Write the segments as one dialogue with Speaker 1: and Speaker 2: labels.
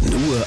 Speaker 1: Kultur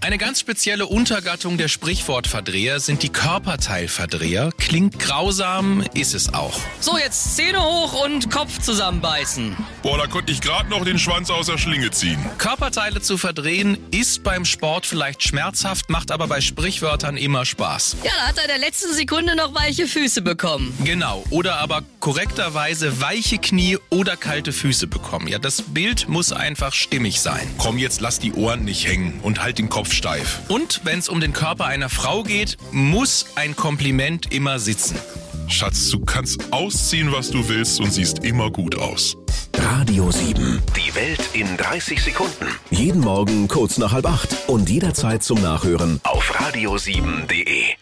Speaker 2: Eine ganz spezielle Untergattung der Sprichwortverdreher sind die Körperteilverdreher. Klingt grausam, ist es auch.
Speaker 3: So, jetzt Zähne hoch und Kopf zusammenbeißen.
Speaker 4: Boah, Oh, da konnte ich gerade noch den Schwanz aus der Schlinge ziehen.
Speaker 2: Körperteile zu verdrehen ist beim Sport vielleicht schmerzhaft, macht aber bei Sprichwörtern immer Spaß.
Speaker 3: Ja, da hat er in der letzten Sekunde noch weiche Füße bekommen.
Speaker 2: Genau, oder aber korrekterweise weiche Knie oder kalte Füße bekommen. Ja, das Bild muss einfach stimmig sein.
Speaker 4: Komm, jetzt lass die Ohren nicht hängen und halt den Kopf steif.
Speaker 2: Und wenn es um den Körper einer Frau geht, muss ein Kompliment immer sitzen.
Speaker 4: Schatz, du kannst ausziehen, was du willst und siehst immer gut aus.
Speaker 1: Radio 7.
Speaker 5: Die Welt in 30 Sekunden.
Speaker 1: Jeden Morgen kurz nach halb acht und jederzeit zum Nachhören
Speaker 5: Auf radio7.de.